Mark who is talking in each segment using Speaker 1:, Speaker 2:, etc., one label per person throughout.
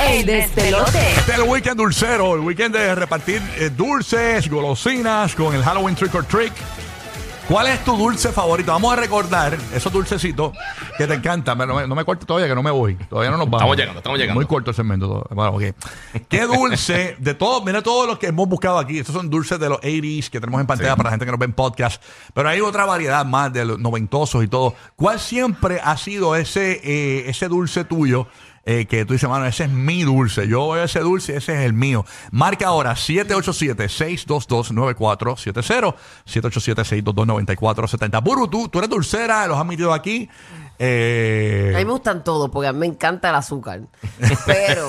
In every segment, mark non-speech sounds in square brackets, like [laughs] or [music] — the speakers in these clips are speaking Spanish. Speaker 1: El despelote.
Speaker 2: Este es el weekend dulcero, el weekend de repartir eh, dulces, golosinas con el Halloween Trick or Trick. ¿Cuál es tu dulce favorito? Vamos a recordar esos dulcecitos que te encantan. Pero no me, no me cortes todavía, que no me voy. Todavía no nos vamos.
Speaker 3: Estamos llegando, estamos llegando.
Speaker 2: Muy corto el segmento. todo. Bueno, ok. ¿Qué dulce? de todos, mira todos los que hemos buscado aquí. Estos son dulces de los 80s que tenemos en pantalla para la gente que nos ve en podcast. Pero hay otra variedad más de los noventosos y todo. ¿Cuál siempre ha sido ese, eh, ese dulce tuyo? eh, que tú dices, mano, ese es mi dulce. Yo veo ese dulce, ese es el mío. Marca ahora 787-622-9470. 787-622-9470. Buru, tú, tú eres dulcera, los has metido aquí. Eh,
Speaker 1: A mí me gustan todos porque a mí me encanta el azúcar. Pero.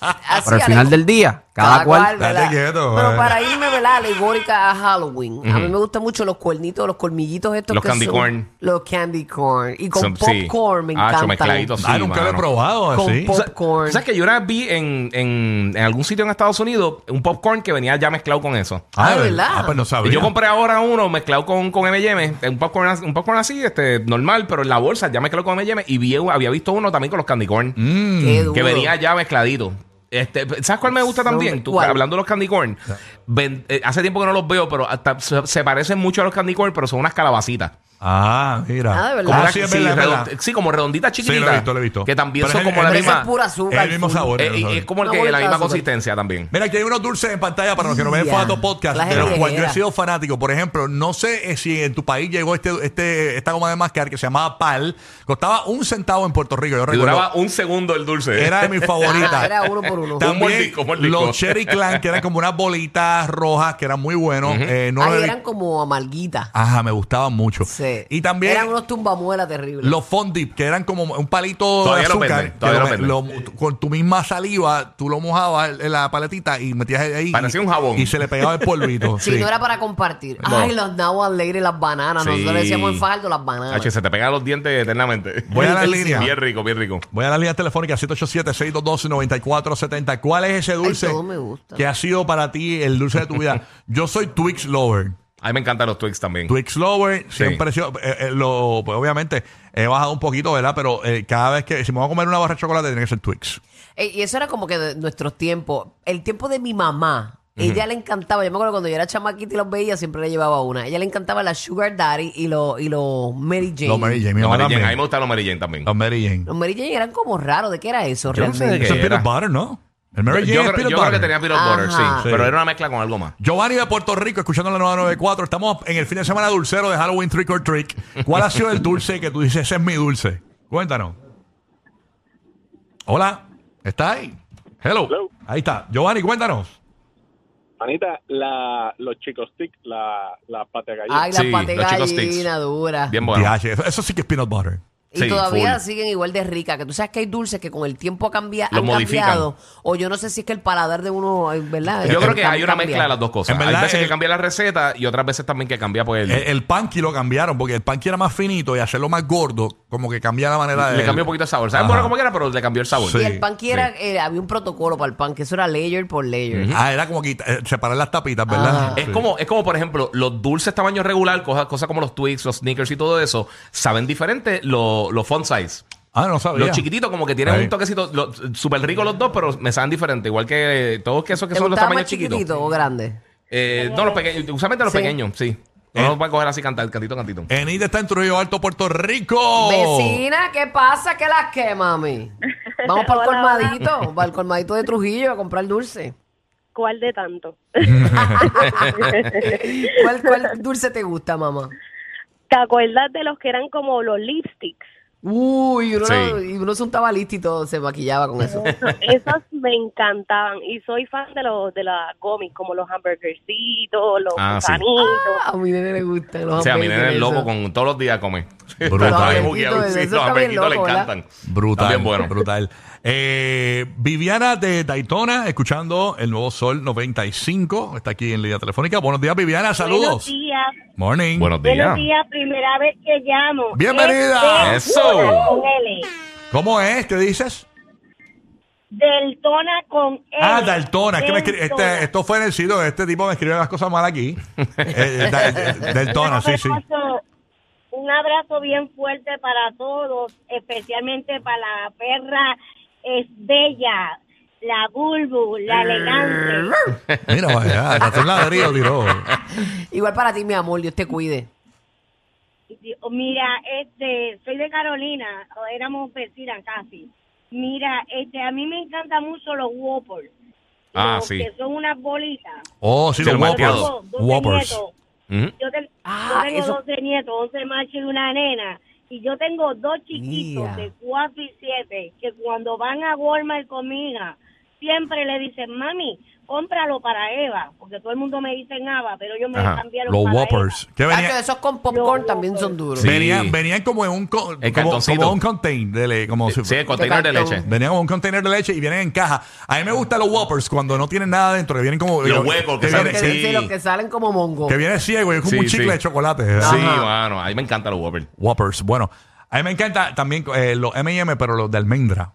Speaker 1: así
Speaker 4: Pero al
Speaker 1: ale-
Speaker 4: final del día, cada, cual.
Speaker 1: ¿verdad?
Speaker 2: Date quieto,
Speaker 1: Pero
Speaker 2: eh.
Speaker 1: para irme, ¿verdad? Alegórica a Halloween. A mí me gustan mucho los cuernitos, los colmillitos estos
Speaker 3: Los
Speaker 1: que
Speaker 3: candy
Speaker 1: son-
Speaker 3: corn.
Speaker 1: Los candy corn. Y con
Speaker 3: Son- sí.
Speaker 1: popcorn me
Speaker 3: Hacho,
Speaker 1: encanta.
Speaker 3: mezcladitos, sí,
Speaker 2: ah, nunca lo he
Speaker 3: mano.
Speaker 2: probado
Speaker 1: Con
Speaker 2: así.
Speaker 1: po-
Speaker 3: O sea,
Speaker 1: Popcorn.
Speaker 3: O sea, que yo una vez vi en, en, en algún sitio en Estados Unidos un popcorn que venía ya mezclado con eso.
Speaker 1: Ah, ¿verdad?
Speaker 2: Ah, pues no sabía.
Speaker 3: Y yo compré ahora uno mezclado con, con M&M, un popcorn, as- un popcorn así, este, normal, pero en la bolsa ya mezclado con M&M y vi, había visto uno también con los candy corn,
Speaker 2: Mm.
Speaker 1: Mm. Qué duro.
Speaker 3: que venía ya mezcladito. Este, ¿Sabes cuál me gusta
Speaker 1: No,
Speaker 3: también? Tú,
Speaker 1: ¿cuál?
Speaker 3: hablando de los candy corn, ven- eh, hace tiempo que no los veo, pero hasta se, se parecen mucho a los candy corn, pero son unas calabacitas.
Speaker 2: Ah, mira.
Speaker 1: Ah, de verdad.
Speaker 3: Como
Speaker 1: Ah,
Speaker 3: unas-
Speaker 2: sí, es
Speaker 3: sí,
Speaker 2: verdad, es
Speaker 3: redond-
Speaker 2: verdad.
Speaker 3: sí, como redonditas chiquititas.
Speaker 2: lo he visto, lo he visto.
Speaker 3: Que también
Speaker 2: Pero
Speaker 3: son
Speaker 2: es-
Speaker 3: como
Speaker 2: es-
Speaker 3: la
Speaker 1: Pero esa
Speaker 3: misma...
Speaker 1: es pura azúcar.
Speaker 2: el mismo
Speaker 1: full.
Speaker 2: sabor.
Speaker 3: Eh,
Speaker 2: el
Speaker 3: y-
Speaker 2: mismo
Speaker 3: y es
Speaker 2: sabor.
Speaker 3: como el
Speaker 1: Una
Speaker 3: que la misma
Speaker 1: bolita de
Speaker 3: consistencia también.
Speaker 2: Mira, aquí hay unos dulces en pantalla para los que no ven
Speaker 1: Ya.
Speaker 2: Fato Podcast,
Speaker 1: La
Speaker 2: de
Speaker 1: gente
Speaker 2: los cuales yo he
Speaker 1: era.
Speaker 2: sido fanático. Por ejemplo, no sé eh, si en tu país llegó este, este, esta goma de mascar que se llamaba PAL. Costaba un centavo en Puerto Rico, yo
Speaker 3: Y
Speaker 2: recuerdo.
Speaker 3: duraba un segundo el dulce. [laughs]
Speaker 2: Era de mis
Speaker 1: Ajá,
Speaker 2: favoritas.
Speaker 1: Era uno por uno.
Speaker 2: También
Speaker 3: mordico, mordico.
Speaker 2: los Cherry Clan, que eran como unas bolitas rojas, que eran muy buenos. Eh, no
Speaker 1: Ahí
Speaker 2: los he vi-
Speaker 1: eran como amarguitas.
Speaker 2: Ajá, me gustaban mucho.
Speaker 1: Sí.
Speaker 2: Ah, Y también
Speaker 1: Eran unos tumbamuelas terribles.
Speaker 2: los Fondip, que eran como un palito de
Speaker 3: Todavía los
Speaker 2: azúcar.
Speaker 3: venden, todavía
Speaker 2: que
Speaker 3: los
Speaker 2: lo- lo- con tu misma saliva, tú lo mojabas en la paletita y metías ahí.
Speaker 3: Parecía
Speaker 2: y-
Speaker 3: un jabón.
Speaker 2: Y se le pegaba el polvito.
Speaker 1: [laughs] Sí,
Speaker 2: sí.
Speaker 1: no era para compartir.
Speaker 3: No.
Speaker 1: Ay, los now and later, las bananas.
Speaker 3: Sí.
Speaker 1: Nosotros le decíamos en Fajardo las bananas.
Speaker 3: H, se te pegan los dientes eternamente.
Speaker 2: Voy a la
Speaker 3: Sí,
Speaker 2: línea.
Speaker 3: Bien rico, bien rico.
Speaker 2: Voy a la línea telefónica 787-622-9470. ¿Cuál es ese dulce
Speaker 1: todo me gusta.
Speaker 2: que ha sido para ti el dulce de tu vida? Yo soy Twix Lover.
Speaker 3: A mí me encantan los Twix también.
Speaker 2: Twix Lover, siempre he sido, eh, eh, lo, pues obviamente he bajado un poquito, ¿verdad? Pero eh, cada vez que, si me voy a comer una barra de chocolate, tiene que ser Twix.
Speaker 1: Eh, Y eso era como que de nuestros tiempos. El tiempo de mi mamá. Ella le encantaba, yo me acuerdo cuando yo era chamaquita y los veía, siempre le llevaba una. Ella le encantaba la Sugar Daddy y los y los Mary Jane.
Speaker 2: Los Mary Jane, mi
Speaker 3: Los
Speaker 2: mamá
Speaker 3: Mary Jane, A mí me
Speaker 2: también.
Speaker 3: gustan los Mary Jane también.
Speaker 2: Los Mary Jane.
Speaker 1: Los Mary Jane eran como raros, ¿de qué era eso
Speaker 3: Yo no sé de
Speaker 1: realmente?
Speaker 2: Eso es
Speaker 3: ¿Qué era?
Speaker 2: peanut butter, ¿no? El Mary Jane es
Speaker 3: yo creo,
Speaker 2: peanut
Speaker 3: yo creo
Speaker 2: butter.
Speaker 3: que tenía peanut
Speaker 1: Ajá.
Speaker 3: butter, sí,
Speaker 2: Sí.
Speaker 3: Pero era una mezcla con algo más.
Speaker 2: Giovanni de Puerto Rico, escuchando la 994. Estamos en el fin de semana dulcero de Halloween Trick or Trick. ¿Cuál ha sido el dulce que tú dices, ese es mi dulce? Cuéntanos. Hola, ¿está ahí? Hello.
Speaker 5: Hello.
Speaker 2: Ahí está. Giovanni, cuéntanos.
Speaker 5: Anita, la, los chicos tic, la, la pata gallina.
Speaker 1: Ay, las
Speaker 3: Sí,
Speaker 1: patas de
Speaker 3: los chicos sticks.
Speaker 1: gallina duras.
Speaker 3: Bien bueno.
Speaker 2: Diache, eso- eso sí que es peanut butter.
Speaker 1: Y
Speaker 3: Sí,
Speaker 1: todavía
Speaker 3: full.
Speaker 1: siguen igual de ricas, que tú sabes que hay dulces que con el tiempo ha cambiado,
Speaker 3: Los
Speaker 1: han
Speaker 3: modifican.
Speaker 1: cambiado. O yo no sé si es que el paladar de uno, eh, ¿verdad?
Speaker 3: Yo creo
Speaker 1: Eh,
Speaker 3: que
Speaker 1: cam-
Speaker 3: hay una
Speaker 1: cambia.
Speaker 3: mezcla de las dos cosas.
Speaker 2: En verdad,
Speaker 3: hay veces
Speaker 2: el-
Speaker 3: que cambia la receta y otras veces también que cambia pues el...
Speaker 2: El, el panqui lo cambiaron porque el panqui era más finito y hacerlo más gordo, como que cambia la manera de.
Speaker 3: le cambió un poquito el sabor. ¿Sabes
Speaker 2: Ajá.
Speaker 3: bueno como quiera? Pero le cambió el sabor.
Speaker 2: Sí.
Speaker 1: Y el pan que era, eh, había un protocolo para el pan, que eso era layer por layer.
Speaker 2: Ah, era como quita- eh, separar las tapitas, ¿verdad?
Speaker 1: Ajá.
Speaker 3: Ah. Es,
Speaker 2: Sí.
Speaker 3: como, es como, por ejemplo, los dulces tamaño regular, cosas, cosas como los Twix, los Snickers y todo eso, saben diferente los los font size.
Speaker 2: Ah, no sabía.
Speaker 3: Los chiquititos como que tienen
Speaker 2: Ahí.
Speaker 3: un toquecito, lo- súper rico los dos, pero me saben diferente. Igual que eh, todos que esos que
Speaker 1: ¿Te
Speaker 3: son los
Speaker 1: gustaba
Speaker 3: tamaños
Speaker 1: más
Speaker 3: chiquitos.
Speaker 1: chiquitito o grande?
Speaker 3: Eh, no, los pequeños, usualmente los
Speaker 1: Sí. Eh,
Speaker 3: pequeños, sí. No
Speaker 2: Eh.
Speaker 3: los van a coger así cantar, cantito, cantito.
Speaker 2: Enid está en Trujillo Alto, Puerto
Speaker 1: Oh.
Speaker 2: Rico.
Speaker 1: Vecina, ¿qué pasa? ¿Qué las que, mami? Vamos para el colmadito, para el colmadito de Trujillo a comprar dulce.
Speaker 6: ¿Cuál de tanto? [laughs]
Speaker 1: ¿Cuál, cuál dulce te gusta, mamá?
Speaker 6: ¿Te acuerdas de los que eran como los lipsticks?
Speaker 1: Uy, uno,
Speaker 3: Sí.
Speaker 1: no- y uno se untaba listo y todo, se maquillaba con eso.
Speaker 6: Eso- Esos me encantaban y soy fan de los de las gomis, como los hamburgercitos, los
Speaker 3: Ah, sí.
Speaker 6: gusanitos.
Speaker 1: A mi nene le gusta.
Speaker 3: O sea, miren el loco con todos los días come.
Speaker 2: Brutal.
Speaker 3: Está bien
Speaker 2: Los
Speaker 3: bugueado,
Speaker 1: amiguitos,
Speaker 3: sí,
Speaker 1: eso
Speaker 3: los
Speaker 1: está bien
Speaker 3: amiguitos le
Speaker 1: loco, ¿verdad?
Speaker 3: encantan.
Speaker 2: Brutal.
Speaker 3: Está bien bueno.
Speaker 2: Brutal. Eh, Viviana de Daytona, escuchando el nuevo Sol 95. Está aquí en línea telefónica. Buenos días, Viviana.
Speaker 6: Buenos
Speaker 2: Saludos.
Speaker 6: días.
Speaker 2: Morning.
Speaker 3: Buenos
Speaker 6: Buenos
Speaker 3: días.
Speaker 6: días, primera vez que llamo. Este
Speaker 2: Bienvenida.
Speaker 6: Es
Speaker 3: Eso.
Speaker 6: Deltona con L.
Speaker 2: ¿Cómo es? ¿Qué dices?
Speaker 6: Deltona con L.
Speaker 2: Ah, Daltona. es que me escri-
Speaker 6: Deltona.
Speaker 2: este, esto fue en el sitio. Este tipo me escribió las cosas mal
Speaker 3: [laughs]
Speaker 2: aquí. Eh, eh, da- eh, Daltona, sí, sí.
Speaker 6: abrazo- Un abrazo bien fuerte para todos, especialmente para la perra es bella
Speaker 4: la bulbu, la elegante.
Speaker 2: Mira, vaya, hasta un ladrillo tiró.
Speaker 1: Igual para ti, mi amor, Dios te cuide.
Speaker 4: Digo, oh, Mira, este, soy de Carolina, o éramos vecinas casi. Mira, este, a mí me encantan mucho los Whoppers.
Speaker 3: Ah,
Speaker 4: los
Speaker 3: sí.
Speaker 4: Que son unas bolitas.
Speaker 2: Oh, sí,
Speaker 3: Se
Speaker 2: los
Speaker 3: lo
Speaker 2: Whoppers.
Speaker 3: malteado.
Speaker 4: Tengo 12
Speaker 2: Whoppers. Mm-hmm.
Speaker 4: nietos.
Speaker 3: Ujú.
Speaker 4: Yo, ten- yo
Speaker 1: Ah,
Speaker 4: tengo
Speaker 1: eso-
Speaker 4: 12 nietos, 11 machos y una nena. Y yo tengo dos chiquitos
Speaker 1: Mía.
Speaker 4: de 4 y 7 que cuando van a Walmart conmigo siempre le dicen, mami, cómpralo para Eva. Porque todo el mundo me dice en Ava, pero yo me
Speaker 3: Ajá,
Speaker 4: cambiaron
Speaker 2: Los
Speaker 4: para
Speaker 2: Whoppers. ¿Qué
Speaker 1: Tacho,
Speaker 2: venía?
Speaker 1: esos con popcorn
Speaker 4: Yo-
Speaker 1: también son duros.
Speaker 3: Sí.
Speaker 2: Venían, venían como en un, co- como,
Speaker 3: El cartoncito.
Speaker 2: como un contain de le- como si-
Speaker 3: Sí, el container de
Speaker 1: cartón.
Speaker 3: leche.
Speaker 2: Venían como un container de leche y vienen en caja. A mí me gustan los Whoppers cuando no tienen nada dentro, que vienen como.
Speaker 3: Los huecos que
Speaker 2: que,
Speaker 1: Los
Speaker 2: viene,
Speaker 1: que,
Speaker 3: Sí.
Speaker 1: sí, los que salen como mongo.
Speaker 2: que viene ciego y es como
Speaker 3: Sí,
Speaker 2: un chicle
Speaker 3: sí.
Speaker 2: de chocolate.
Speaker 3: Sí,
Speaker 2: ¿verdad?
Speaker 3: mano, a mí me encantan los Whoppers.
Speaker 2: Whoppers, bueno. A mí me encanta también eh, los M&M, pero los de almendra.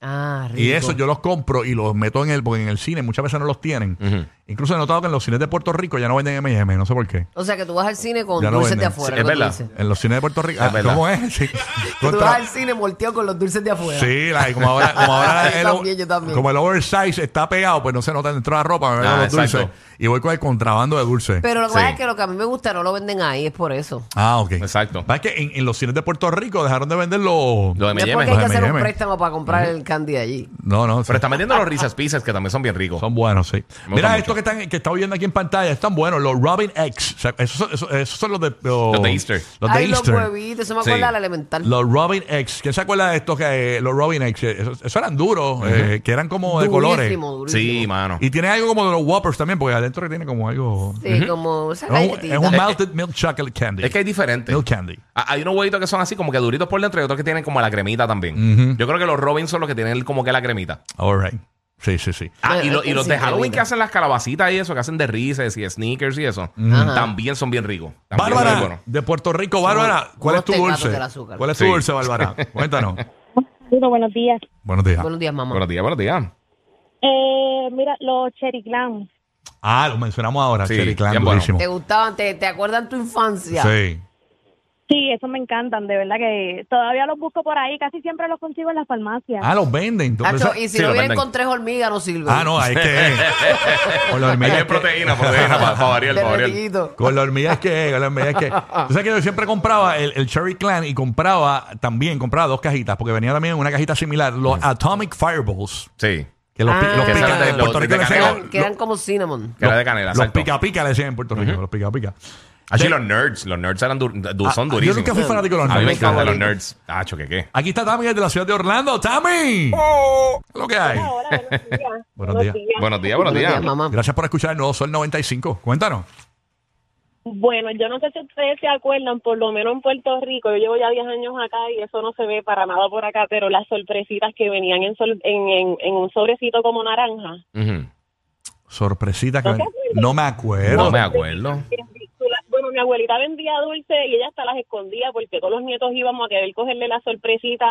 Speaker 1: Ah, rico.
Speaker 2: Y eso yo los compro y los meto en el, porque en el cine muchas veces no los tienen.
Speaker 3: Ujú.
Speaker 2: Incluso he notado que en los cines de Puerto Rico ya no venden M&M, no sé por qué.
Speaker 1: O sea, que tú vas al cine con
Speaker 2: Ya lo
Speaker 1: dulces de
Speaker 2: venden.
Speaker 1: afuera.
Speaker 3: Sí,
Speaker 1: ¿no?
Speaker 3: es
Speaker 1: Tú
Speaker 3: verdad.
Speaker 1: dices.
Speaker 2: En los cines de Puerto Rico.
Speaker 3: Es
Speaker 2: Ah,
Speaker 3: verdad.
Speaker 2: ¿Cómo es? [laughs] Sí.
Speaker 1: Que tú
Speaker 2: Contra-
Speaker 1: vas al cine volteado con los dulces de afuera.
Speaker 2: Sí, la- como ahora, como ahora
Speaker 1: [laughs] Yo
Speaker 2: el,
Speaker 1: también, yo también.
Speaker 2: como el oversize está pegado, pues no se nota dentro de la ropa, me veo
Speaker 3: Ah,
Speaker 2: los dulces.
Speaker 3: exacto.
Speaker 2: Y voy con el contrabando de dulces.
Speaker 1: Pero lo que pasa
Speaker 3: Sí.
Speaker 1: es que lo que a mí me gusta no lo venden ahí, es por eso.
Speaker 2: ah, ok.
Speaker 3: Exacto.
Speaker 2: Pasa que en, en los cines de Puerto Rico dejaron de vender los.
Speaker 3: Los
Speaker 1: Es
Speaker 3: M&M.
Speaker 1: porque hay que hacer un
Speaker 2: M&M.
Speaker 1: préstamo para comprar el candy allí.
Speaker 2: No, no. sí.
Speaker 3: Pero están vendiendo los risas pizzas que también son bien ricos.
Speaker 2: Son buenos, sí.
Speaker 3: Me
Speaker 2: Mira,
Speaker 3: gustan
Speaker 2: estos
Speaker 3: mucho.
Speaker 2: que están que está viendo aquí en pantalla, están buenos, los Robin X. O sea, esos, son- esos- esos son los de los,
Speaker 3: Los de Easter.
Speaker 2: Los de
Speaker 1: Ay, los
Speaker 2: Easter.
Speaker 1: huevitos, eso me
Speaker 3: Sí.
Speaker 1: acuerda de la elemental.
Speaker 2: Los Robin X. ¿Quién se acuerda de estos que eh, los Robin X? Eh, Esos, esos eran duros, eh, que eran como de colores.
Speaker 1: Durísimo, durísimo.
Speaker 3: Sí, mano.
Speaker 2: Y tiene algo como de los Whoppers también, porque adentro que tiene como algo.
Speaker 1: Sí, como esa
Speaker 2: Es un,
Speaker 1: galletita.
Speaker 2: es Oh, un melted milk chocolate candy.
Speaker 3: Es que hay diferentes.
Speaker 2: milk candy.
Speaker 3: Ah, Hay unos huevitos que son así como que duritos por dentro y otros que tienen como la cremita también. Yo creo que los Robin son los que tienen como que la cremita.
Speaker 2: All right. Sí, sí, sí.
Speaker 3: Ah,
Speaker 1: Bueno,
Speaker 3: y, lo-
Speaker 1: es
Speaker 3: y
Speaker 1: que
Speaker 3: los
Speaker 1: sí,
Speaker 3: de Halloween
Speaker 1: cremita.
Speaker 3: que hacen las calabacitas y eso, que hacen de rices y sneakers y eso,
Speaker 1: Ajá.
Speaker 3: también son bien ricos. También son muy
Speaker 2: Bárbara,
Speaker 3: buenos.
Speaker 2: de Puerto Rico, Bárbara, ¿cuál
Speaker 1: unos
Speaker 2: es tu
Speaker 1: tecatos
Speaker 2: dulce?
Speaker 1: del azúcar.
Speaker 2: ¿Cuál es tu
Speaker 3: Sí.
Speaker 2: dulce, Bárbara? Cuéntanos.
Speaker 1: [laughs]
Speaker 4: Duro, buenos días.
Speaker 2: Buenos días.
Speaker 1: Buenos días, mamá.
Speaker 3: Buenos días, buenos días.
Speaker 4: Eh, mira, los Cherry Glam.
Speaker 2: Ah, lo mencionamos ahora,
Speaker 3: Sí,
Speaker 2: Cherry Clan,
Speaker 3: bien bueno.
Speaker 2: durísimo.
Speaker 1: ¿Te gustaban? ¿Te, te acuerdan tu infancia?
Speaker 2: Sí.
Speaker 4: Sí, esos me encantan, de verdad que todavía los busco por ahí, casi siempre los consigo en las farmacias.
Speaker 2: Ah, los venden. Tú
Speaker 1: Tacho,
Speaker 2: pensas-
Speaker 1: y si
Speaker 3: Sí,
Speaker 1: no
Speaker 3: lo
Speaker 1: vienen
Speaker 3: venden.
Speaker 1: con tres hormigas, no sirve.
Speaker 2: Ah, no, hay
Speaker 3: [laughs]
Speaker 2: que. con la
Speaker 3: Ahí
Speaker 2: hormiga.
Speaker 3: hay proteína,
Speaker 2: [laughs]
Speaker 3: proteína, para variar, para variar.
Speaker 1: Derretidito.
Speaker 2: Con la hormiga es que, con la hormiga es que. Tú sabes que yo siempre compraba el, el Cherry Clan y compraba también, compraba dos cajitas, porque venía también una cajita similar, los Atomic Fireballs,
Speaker 3: Sí.
Speaker 2: que los, pi-
Speaker 1: Ah.
Speaker 2: los
Speaker 1: Que
Speaker 2: pica-
Speaker 1: son de-
Speaker 2: en Puerto
Speaker 3: los-
Speaker 2: Rico
Speaker 3: de
Speaker 2: le
Speaker 1: Que
Speaker 2: decían-
Speaker 3: canela.
Speaker 1: eran, que eran como cinnamon.
Speaker 3: Que era de canela,
Speaker 2: Los
Speaker 3: exacto.
Speaker 2: pica pica le decían en Puerto Rico, los pica pica.
Speaker 3: Así los nerds, los nerds eran du- du- son
Speaker 2: Ah,
Speaker 3: durísimos.
Speaker 2: Yo nunca fui fanático de los
Speaker 3: A mí me
Speaker 2: nerds.
Speaker 3: encantan los
Speaker 1: favorito.
Speaker 3: nerds. Ah, choque qué.
Speaker 2: Aquí está Tammy de la ciudad de Orlando. ¡Tammy! ¿Qué es Lo que hay.
Speaker 4: Ahora,
Speaker 2: [laughs]
Speaker 4: buenos días.
Speaker 2: Buenos días.
Speaker 3: Buenos días, buenos días.
Speaker 1: mamá.
Speaker 2: Gracias por escuchar el nuevo Sol 95. Cuéntanos.
Speaker 6: Bueno, yo no sé si ustedes se acuerdan, por lo menos en Puerto Rico, yo llevo ya 10 años acá y eso no se ve para nada por acá, pero las sorpresitas que venían en, sol- en, en, en un sobrecito como naranja.
Speaker 3: Ujú.
Speaker 2: Sorpresita que no me acuerdo.
Speaker 3: No me acuerdo.
Speaker 6: Bien ridículas. Bueno, mi abuelita vendía dulce y ella hasta las escondía porque todos los nietos íbamos a querer cogerle la sorpresita.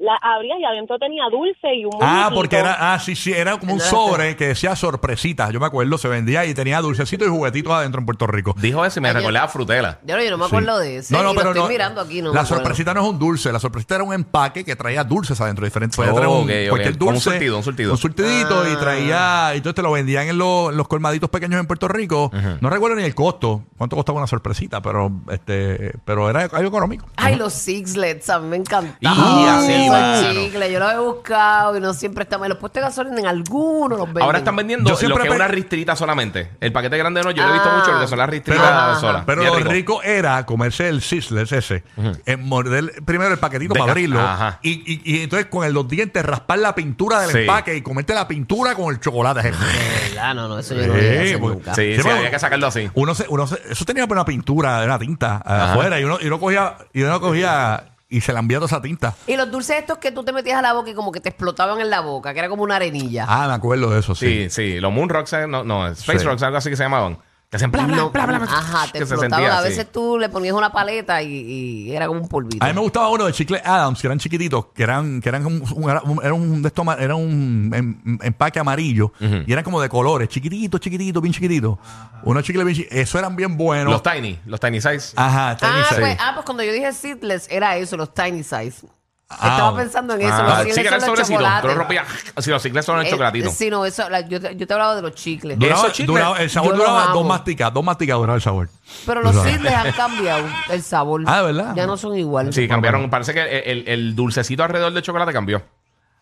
Speaker 6: La abría y adentro tenía dulce y un
Speaker 2: Ah,
Speaker 6: muñequito.
Speaker 2: porque era, ah, sí, sí, era como un sobre que decía sorpresitas. Yo me acuerdo, se vendía y tenía dulcecitos y juguetitos adentro en Puerto Rico.
Speaker 3: Dijo eso y me
Speaker 1: Ay, yo-
Speaker 3: recordé a Frutela.
Speaker 1: Yo no, yo no me acuerdo
Speaker 2: Sí.
Speaker 1: de ese. y lo estoy mirando aquí, no
Speaker 2: la
Speaker 1: me acuerdo.
Speaker 2: sorpresita no es un dulce, la sorpresita era un empaque que traía dulces adentro diferentes. Podía
Speaker 3: Oh,
Speaker 2: traer un,
Speaker 3: ok, ok.
Speaker 2: cualquier
Speaker 3: Como un
Speaker 2: dulce,
Speaker 3: surtido, un surtido.
Speaker 2: surtidito y
Speaker 1: Ah.
Speaker 2: traía, y entonces te lo vendían en, los- en los colmaditos pequeños en Puerto Rico. No recuerdo ni el costo, cuánto costaba una sorpresita, pero este, pero era algo económico.
Speaker 1: Ay, los Sixlets, a mí me encantaban.
Speaker 3: Y así,
Speaker 1: Esos
Speaker 3: mano.
Speaker 1: chicles, yo los he buscado y no siempre están. Me los puestos de gasolina en algunos los venden.
Speaker 3: Ahora están vendiendo
Speaker 2: Yo
Speaker 3: lo
Speaker 2: siempre
Speaker 3: que es
Speaker 2: pe-
Speaker 3: una ristrita solamente. El paquete grande no, yo lo he visto
Speaker 1: Ah.
Speaker 3: mucho lo que son las
Speaker 2: Pero, ah,
Speaker 3: ristritas solas.
Speaker 2: pero
Speaker 3: Ah, Bien
Speaker 2: lo rico.
Speaker 3: rico.
Speaker 2: era comerse el sizzles ese, eh, morder primero el paquetito
Speaker 3: De-
Speaker 2: para abrirlo
Speaker 3: ajá.
Speaker 2: y, y- y entonces con el- los dientes raspar la pintura del
Speaker 3: Sí.
Speaker 2: empaque y comerte la pintura con el chocolate.
Speaker 3: [laughs]
Speaker 1: De verdad, no, no, eso yo no lo voy a
Speaker 2: Sí,
Speaker 1: hacer
Speaker 2: porque-
Speaker 1: nunca.
Speaker 3: pues, Sí,
Speaker 2: Sí,
Speaker 3: sí,
Speaker 2: pero-
Speaker 3: había que sacarlo así.
Speaker 2: uno se, uno se- eso tenía una pintura, una tinta eh, afuera y uno, y uno cogía y uno cogía y se la enviaba toda esa tinta.
Speaker 1: Y los dulces estos que tú te metías a la boca y como que te explotaban en la boca, que era como una arenilla.
Speaker 2: Ah, me acuerdo de eso, sí.
Speaker 3: Sí, sí. Los Moon Rocks, eh, no, no, Space
Speaker 2: Sí.
Speaker 3: Rocks, algo así que se llamaban. Que hacían bla, bla,
Speaker 1: No,
Speaker 3: bla, bla, bla,
Speaker 1: Ajá, te
Speaker 3: que se
Speaker 1: explotaban.
Speaker 3: sentía
Speaker 1: a
Speaker 3: así.
Speaker 1: veces tú le ponías una paleta y, y era como un polvito.
Speaker 2: A mí me gustaba uno de Chicle Adams, que eran chiquititos, que eran, que eran un, un- era un- era un de estos ama- era un em- em- empaque amarillo y eran como de colores, chiquititos, chiquititos, bien chiquititos. Unos chicles bien chiquititos, eso eran bien buenos.
Speaker 3: Los Tiny, los Tiny Size.
Speaker 2: Ajá, tenis
Speaker 1: Ah
Speaker 2: ahí.
Speaker 1: pues, ah, pues cuando yo dije seedless era eso, los tiny size. Estaba pensando en eso.
Speaker 3: Ah,
Speaker 1: los
Speaker 3: sí,
Speaker 1: chicles
Speaker 3: que era el
Speaker 1: son los
Speaker 3: sobrecito. Tú lo
Speaker 1: chocolates.
Speaker 3: rompías. Si los chicles son el
Speaker 1: Eh,
Speaker 3: chocolatito.
Speaker 1: Sí, no, eso, la- yo, te- yo te hablaba de los chicles.
Speaker 3: Du-
Speaker 2: Duraba-
Speaker 3: Esos chicles,
Speaker 2: duraba- el sabor
Speaker 1: yo los
Speaker 2: duraba
Speaker 1: amo.
Speaker 2: dos masticas, dos masticas duraba el sabor.
Speaker 1: Pero los
Speaker 2: Tú sabes.
Speaker 1: chicles han cambiado el sabor.
Speaker 2: Pues Ah, ¿verdad?
Speaker 1: Ya no son iguales.
Speaker 3: Sí, cambiaron. Parece que el, el- el dulcecito alrededor del chocolate cambió.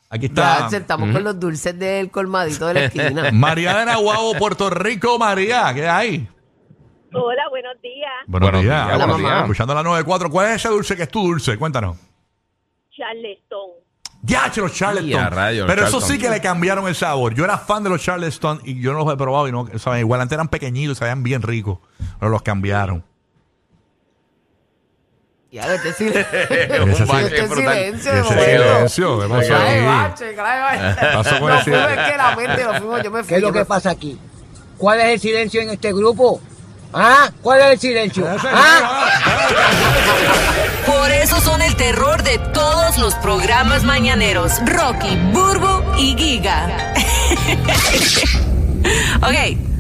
Speaker 2: Aquí
Speaker 1: Ya
Speaker 2: está.
Speaker 1: estamos con los dulces del colmadito de la esquina.
Speaker 2: [laughs] María de Nahuabo, Puerto Rico, María, ¿qué hay?
Speaker 6: Hola, buenos días.
Speaker 3: Buenos días,
Speaker 1: Hola, buenos mamá. días.
Speaker 2: Escuchando la 94, ¿cuál es ese dulce que es tu dulce? Cuéntanos.
Speaker 6: Charleston.
Speaker 2: Ya, los Charleston.
Speaker 3: Ya, rayos,
Speaker 2: Pero eso
Speaker 3: Charleston.
Speaker 2: sí que le cambiaron el sabor. Yo era fan de los Charleston y yo no los he probado y no saben igual. Antes eran pequeñitos, sabían bien ricos, pero los cambiaron.
Speaker 1: Ya, [laughs] este silencio.
Speaker 3: Un
Speaker 2: Ese sí.
Speaker 3: bache
Speaker 1: Este
Speaker 3: brutal.
Speaker 1: silencio,
Speaker 2: Ese
Speaker 1: Roberto.
Speaker 2: silencio, ¿qué pasó
Speaker 1: Clave
Speaker 2: ahí?
Speaker 1: bache, clave bache.
Speaker 2: Pasó con
Speaker 1: No,
Speaker 2: el
Speaker 1: fuimos,
Speaker 2: silencio.
Speaker 1: es que la mente nos fuimos, yo me fui.
Speaker 7: ¿Qué es lo
Speaker 1: yo
Speaker 7: que
Speaker 1: me fui.
Speaker 7: pasa aquí? ¿Cuál es el silencio en este grupo? ¿Ah? ¿Cuál es el silencio?
Speaker 2: Ese-
Speaker 7: ¿Ah?
Speaker 8: Por eso son el terror de todos los programas mañaneros. Rocky, Burbo y Giga. [laughs] ok,